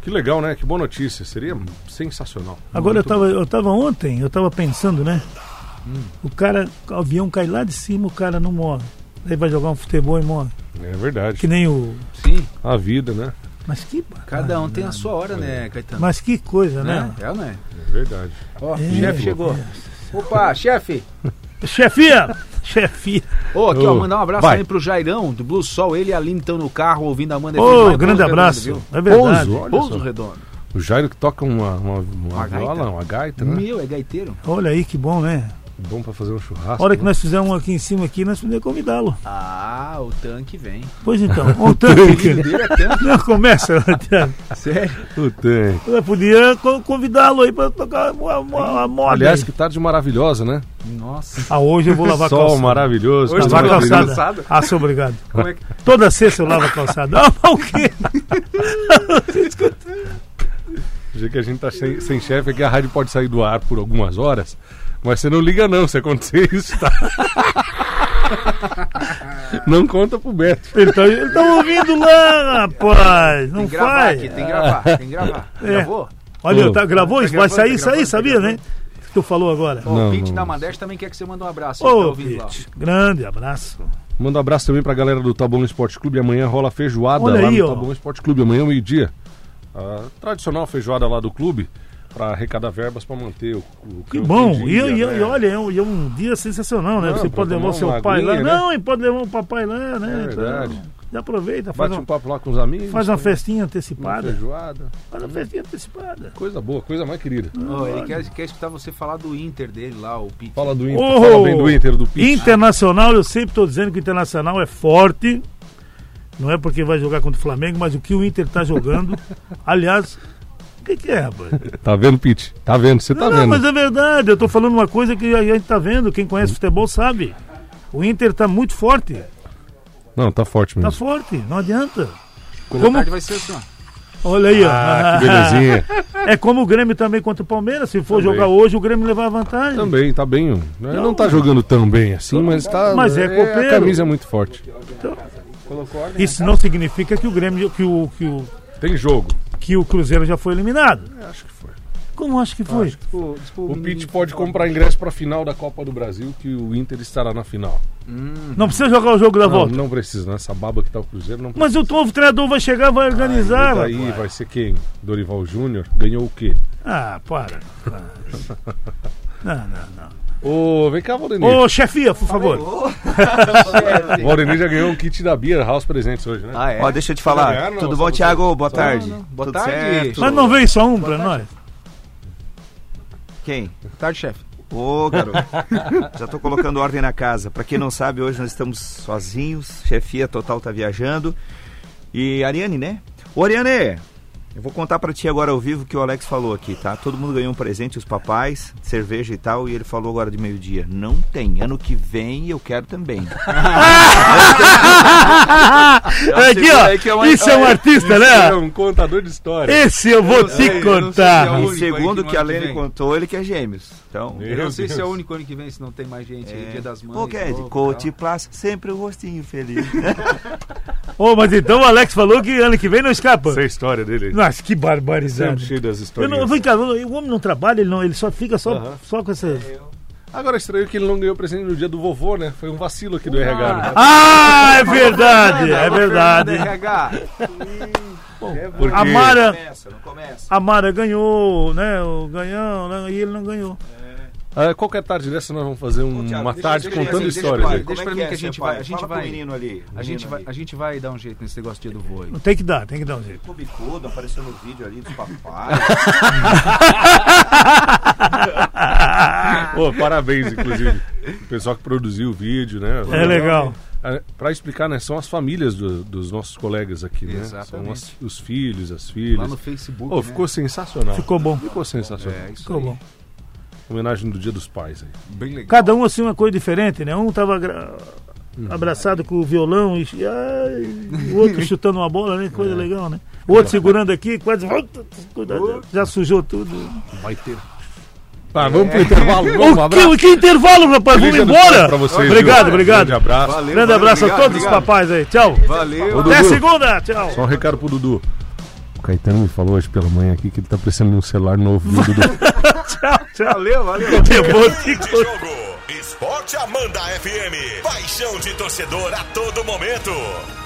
[SPEAKER 3] Que legal, né? Que boa notícia. Seria sensacional.
[SPEAKER 2] Agora eu
[SPEAKER 3] Muito
[SPEAKER 2] tava,
[SPEAKER 3] bom. Hum.
[SPEAKER 2] eu tava ontem, eu tava pensando, né? O cara, o avião cai lá de cima, o cara não morre. Aí vai jogar um futebol e morre.
[SPEAKER 3] É verdade.
[SPEAKER 2] Que nem o.
[SPEAKER 1] Sim.
[SPEAKER 3] A vida, né?
[SPEAKER 2] Mas que,
[SPEAKER 1] Cada um
[SPEAKER 2] Ah,
[SPEAKER 1] tem a sua hora, né, Caetano?
[SPEAKER 2] mas que coisa, né?
[SPEAKER 1] né? É, né?
[SPEAKER 3] É verdade.
[SPEAKER 1] Ó,
[SPEAKER 2] É.
[SPEAKER 1] chefe chegou. Opa, chefe!
[SPEAKER 2] Chefia! Chefia!
[SPEAKER 1] Ô, aqui, ó,
[SPEAKER 2] Ô,
[SPEAKER 1] mandar um abraço
[SPEAKER 2] vai.
[SPEAKER 1] também pro Jairão, do Blue Sol. Ele e a Aline estão no carro ouvindo a Amanda
[SPEAKER 2] Ô,
[SPEAKER 1] FM lá em Pouso
[SPEAKER 2] grande
[SPEAKER 1] Redondo,
[SPEAKER 2] abraço.
[SPEAKER 1] viu?
[SPEAKER 2] É verdade.
[SPEAKER 1] Pouso, olha Pouso só. Redondo.
[SPEAKER 3] O Jairo que toca uma, uma, uma,
[SPEAKER 1] Uma gaita.
[SPEAKER 3] viola, uma gaita, né?
[SPEAKER 1] Meu, é gaiteiro.
[SPEAKER 2] Olha aí que bom, né?
[SPEAKER 3] Bom pra fazer um
[SPEAKER 2] A
[SPEAKER 3] churrasco.
[SPEAKER 2] hora que
[SPEAKER 3] né?
[SPEAKER 2] nós fizermos um aqui em cima aqui, nós podemos convidá-lo.
[SPEAKER 1] Ah, o tanque vem.
[SPEAKER 2] Pois então, um
[SPEAKER 1] tanque.
[SPEAKER 2] tanque.
[SPEAKER 1] Primeiro é tanque.
[SPEAKER 2] Não, começa, Tanque.
[SPEAKER 1] Sério?
[SPEAKER 3] O tanque.
[SPEAKER 2] Eu podia co- convidá-lo aí pra tocar uma, uma, uma moda.
[SPEAKER 3] Aliás,
[SPEAKER 2] aí.
[SPEAKER 3] que tarde maravilhosa, né?
[SPEAKER 1] Nossa.
[SPEAKER 2] ah, hoje eu vou lavar
[SPEAKER 3] Sol
[SPEAKER 2] calçada.
[SPEAKER 3] maravilhoso.
[SPEAKER 2] Hoje
[SPEAKER 3] tudo
[SPEAKER 2] lavar
[SPEAKER 3] maravilhoso.
[SPEAKER 2] calçada.
[SPEAKER 1] calçada.
[SPEAKER 2] Ah, sou obrigado.
[SPEAKER 1] Como é que...
[SPEAKER 2] Toda sexta eu lavo a calçada. Ah, mas o quê?
[SPEAKER 3] Do jeito que a gente tá sem, sem chefe é que a rádio pode sair do ar por algumas horas. Mas você não liga não se acontecer isso, tá? não conta pro Beto.
[SPEAKER 2] Ele tá, ele tá ouvindo lá, rapaz. Não
[SPEAKER 1] Tem que gravar
[SPEAKER 2] faz.
[SPEAKER 1] aqui, tem que gravar, tem que gravar.
[SPEAKER 2] É.
[SPEAKER 1] Gravou?
[SPEAKER 2] Olha,
[SPEAKER 3] Ô.
[SPEAKER 2] tá, gravou isso?
[SPEAKER 1] Tá
[SPEAKER 2] Vai
[SPEAKER 1] gravando,
[SPEAKER 2] sair
[SPEAKER 1] tá
[SPEAKER 2] isso aí,
[SPEAKER 1] gravando, tá
[SPEAKER 2] sabia, né? que tu falou agora.
[SPEAKER 1] Ó, o Pete da Madeste também quer que você mande um abraço. ele tá
[SPEAKER 2] Ô,
[SPEAKER 1] ouvindo lá.
[SPEAKER 2] Pete, grande abraço.
[SPEAKER 3] Manda um abraço também pra galera do Taboão Esporte Clube. Amanhã rola feijoada
[SPEAKER 2] Olha
[SPEAKER 3] lá
[SPEAKER 2] aí,
[SPEAKER 3] no
[SPEAKER 2] ó.
[SPEAKER 3] Taboão Esporte Clube. Amanhã, meio-dia. A tradicional feijoada lá do clube pra arrecadar verbas pra manter o, o
[SPEAKER 2] Que
[SPEAKER 3] campo
[SPEAKER 2] bom.
[SPEAKER 3] em
[SPEAKER 2] E,
[SPEAKER 3] dia,
[SPEAKER 2] e-
[SPEAKER 3] né?
[SPEAKER 2] e olha, é um, e é um dia sensacional, né?
[SPEAKER 3] Não,
[SPEAKER 2] Você
[SPEAKER 3] pra
[SPEAKER 2] pode levar
[SPEAKER 3] tomar
[SPEAKER 2] o seu
[SPEAKER 3] uma
[SPEAKER 2] pai lá.
[SPEAKER 3] aguinha, né?
[SPEAKER 2] Não, e pode levar o papai lá, né?
[SPEAKER 3] É verdade.
[SPEAKER 2] Já aproveita, faz
[SPEAKER 3] Bate
[SPEAKER 2] uma,
[SPEAKER 3] um papo lá com os amigos.
[SPEAKER 2] faz uma
[SPEAKER 3] né?
[SPEAKER 2] festinha
[SPEAKER 3] Uma
[SPEAKER 2] antecipada.
[SPEAKER 3] feijoada.
[SPEAKER 2] Faz uma festinha antecipada.
[SPEAKER 3] Coisa boa, coisa mais querida.
[SPEAKER 1] Ó, ele quer, quer escutar você falar do Inter dele lá, o Pete.
[SPEAKER 3] Fala do Inter,
[SPEAKER 2] Oh!
[SPEAKER 3] Então, fala bem do Inter, do Pix.
[SPEAKER 2] Internacional, eu sempre estou dizendo que o Internacional é forte. Não é porque vai jogar contra o Flamengo, mas o que o Inter está jogando. aliás, o que, que é, rapaz?
[SPEAKER 3] Tá vendo, Pete? Tá vendo, você tá
[SPEAKER 2] não,
[SPEAKER 3] vendo.
[SPEAKER 2] mas é verdade. Eu tô falando uma coisa que a gente tá vendo. Quem conhece futebol sabe. O Inter tá muito forte.
[SPEAKER 3] Não, tá forte
[SPEAKER 2] Tá
[SPEAKER 3] mesmo.
[SPEAKER 2] forte. Não adianta.
[SPEAKER 1] Como... tarde vai ser assim, ó.
[SPEAKER 2] Olha aí, ó.
[SPEAKER 3] Ah, que belezinha.
[SPEAKER 2] É como o Grêmio também contra o Palmeiras. Se for
[SPEAKER 3] Também.
[SPEAKER 2] jogar hoje, o Grêmio levar vantagem.
[SPEAKER 3] Também, tá bem. ó. Não, tá jogando tão bem assim, mas tá.
[SPEAKER 2] Mas é
[SPEAKER 3] A
[SPEAKER 2] copeiro.
[SPEAKER 3] camisa é muito forte.
[SPEAKER 2] Isso não significa que o Grêmio, que o, que o,
[SPEAKER 3] Tem jogo.
[SPEAKER 2] que o Cruzeiro já foi eliminado.
[SPEAKER 3] Acho que foi.
[SPEAKER 2] Como acho que foi?
[SPEAKER 1] O,
[SPEAKER 3] O Pete pode comprar ingresso pra final da Copa do Brasil, que o Inter estará na final.
[SPEAKER 2] Não precisa jogar o jogo da
[SPEAKER 3] não,
[SPEAKER 2] volta.
[SPEAKER 3] não precisa, nessa baba que tá o Cruzeiro não
[SPEAKER 2] Mas o novo treinador vai chegar, vai organizar.
[SPEAKER 3] precisa. tá Aí vai ser quem? Dorival Júnior? Ganhou o quê?
[SPEAKER 2] Ah, para. Não, não, não.
[SPEAKER 3] Ô, vem cá, Valdenir.
[SPEAKER 2] Ô, chefia, por favor.
[SPEAKER 3] O Valdenir já ganhou um kit da Beer House presentes hoje, né?
[SPEAKER 10] Ó, deixa eu te falar.
[SPEAKER 3] Já ganharam,
[SPEAKER 10] Tudo
[SPEAKER 3] não?
[SPEAKER 10] bom,
[SPEAKER 3] Só
[SPEAKER 10] Thiago? Boa
[SPEAKER 3] só-
[SPEAKER 10] tarde.
[SPEAKER 1] Boa
[SPEAKER 10] Tudo
[SPEAKER 1] tarde.
[SPEAKER 10] certo?
[SPEAKER 2] Mas não veio só um pra nós.
[SPEAKER 10] Quem?
[SPEAKER 1] Boa tarde, chefe.
[SPEAKER 10] Ô, garoto. Já tô colocando ordem na casa. Pra quem não sabe, hoje nós estamos sozinhos. Chefia total tá viajando. E Ariane, né? Ô, Ariane, eu vou contar pra ti agora ao vivo o que o Alex falou aqui, tá? Todo mundo ganhou um presente, os papais, cerveja e tal. E ele falou agora de meio-dia: Não tem. Ano que vem eu quero também.
[SPEAKER 2] Aqui, ó. Isso é um artista,
[SPEAKER 3] É
[SPEAKER 2] né? É.
[SPEAKER 3] um contador de história.
[SPEAKER 2] Esse eu vou te contar.
[SPEAKER 10] E
[SPEAKER 1] único aí
[SPEAKER 10] segundo
[SPEAKER 1] que
[SPEAKER 10] o que a
[SPEAKER 1] ano que
[SPEAKER 10] Lene
[SPEAKER 1] vem.
[SPEAKER 10] contou, ele que é gêmeos. Então.
[SPEAKER 1] Eu não sei
[SPEAKER 3] Deus.
[SPEAKER 1] se é o único ano que vem, se não tem mais gente. aí, Dia das Mães.
[SPEAKER 10] Ô, Ked,
[SPEAKER 1] novo,
[SPEAKER 10] Coach
[SPEAKER 1] tal.
[SPEAKER 10] Plus, sempre o rostinho feliz.
[SPEAKER 2] Ô, mas então o Alex falou que ano que vem não escapa.
[SPEAKER 3] Essa é a história dele.
[SPEAKER 2] Nossa, que barbarizado.
[SPEAKER 3] Sempre cheio das
[SPEAKER 2] Eu
[SPEAKER 3] histórias.
[SPEAKER 2] não, vem cá, o homem não trabalha, ele, não, ele só fica só,
[SPEAKER 3] Aham.
[SPEAKER 2] só com essa.
[SPEAKER 3] Agora estranho que ele não ganhou presente no dia do vovô, né? Foi um vacilo aqui do RH. né?
[SPEAKER 2] Ah, é verdade, é verdade.
[SPEAKER 1] Fernanda RH.
[SPEAKER 3] Porque
[SPEAKER 2] A Mara,
[SPEAKER 10] começa, não começa.
[SPEAKER 2] a Mara ganhou, né? O ganhão, né, e ele não ganhou.
[SPEAKER 3] ah, qualquer tarde dessa nós vamos fazer um-
[SPEAKER 10] Thiago,
[SPEAKER 3] uma
[SPEAKER 10] deixa-
[SPEAKER 3] tarde
[SPEAKER 10] deixa-
[SPEAKER 3] contando
[SPEAKER 1] deixa-
[SPEAKER 3] histórias.
[SPEAKER 1] deixa-
[SPEAKER 3] aí.
[SPEAKER 1] Deixa pra mim que a gente vai- a gente vai-
[SPEAKER 10] ali.
[SPEAKER 1] A gente, vai, a gente vai dar um jeito nesse negócio do dia do voo aí.
[SPEAKER 2] Tem que dar, tem que dar um jeito.
[SPEAKER 10] Ficou bicudo, apareceu no vídeo ali dos papais.
[SPEAKER 3] Pô, parabéns, inclusive. O pessoal que produziu o vídeo, né?
[SPEAKER 2] É legal.
[SPEAKER 3] Ah, Pra explicar, né? São as famílias do- dos nossos colegas aqui, né? São
[SPEAKER 1] Exatamente.
[SPEAKER 3] as- os filhos, as
[SPEAKER 1] Lá
[SPEAKER 3] filhas.
[SPEAKER 1] no Facebook.
[SPEAKER 3] Pô,
[SPEAKER 1] né?
[SPEAKER 3] ficou sensacional.
[SPEAKER 2] Ficou bom.
[SPEAKER 3] Ficou sensacional.
[SPEAKER 1] É, isso
[SPEAKER 2] Ficou
[SPEAKER 1] aí.
[SPEAKER 2] bom.
[SPEAKER 3] Homenagem do Dia dos Pais aí.
[SPEAKER 1] Bem legal.
[SPEAKER 2] Cada um assim uma coisa diferente, né? Um tava gra- abraçado com o violão e ai, o outro chutando uma bola, né? Coisa legal, né? O outro segurando aqui, quase Cuidado, já sujou tudo.
[SPEAKER 3] Vai ter. Tá, vamos pro intervalo. Vamos, um
[SPEAKER 2] O que,
[SPEAKER 3] abraço.
[SPEAKER 2] que intervalo, rapaz?
[SPEAKER 3] Feliz
[SPEAKER 2] Vamos
[SPEAKER 3] ano
[SPEAKER 2] embora.
[SPEAKER 3] pra vocês,
[SPEAKER 2] obrigado,
[SPEAKER 3] viu?
[SPEAKER 2] obrigado.
[SPEAKER 3] Grande abraço.
[SPEAKER 1] Valeu,
[SPEAKER 2] Grande
[SPEAKER 1] valeu,
[SPEAKER 2] abraço
[SPEAKER 1] obrigado,
[SPEAKER 2] a todos
[SPEAKER 1] obrigado.
[SPEAKER 2] os papais aí. Tchau.
[SPEAKER 1] Valeu.
[SPEAKER 3] Ô,
[SPEAKER 2] Até
[SPEAKER 3] Dudu.
[SPEAKER 2] segunda. Tchau.
[SPEAKER 3] Só um recado pro Dudu. O Caetano me falou hoje pela manhã aqui que ele tá precisando de um celular novo, viu, Dudu?
[SPEAKER 2] Tchau, tchau.
[SPEAKER 1] Valeu, valeu.
[SPEAKER 2] Eu vou te contar.
[SPEAKER 11] Jogo Esporte Amanda FM. Paixão de torcedor a todo momento.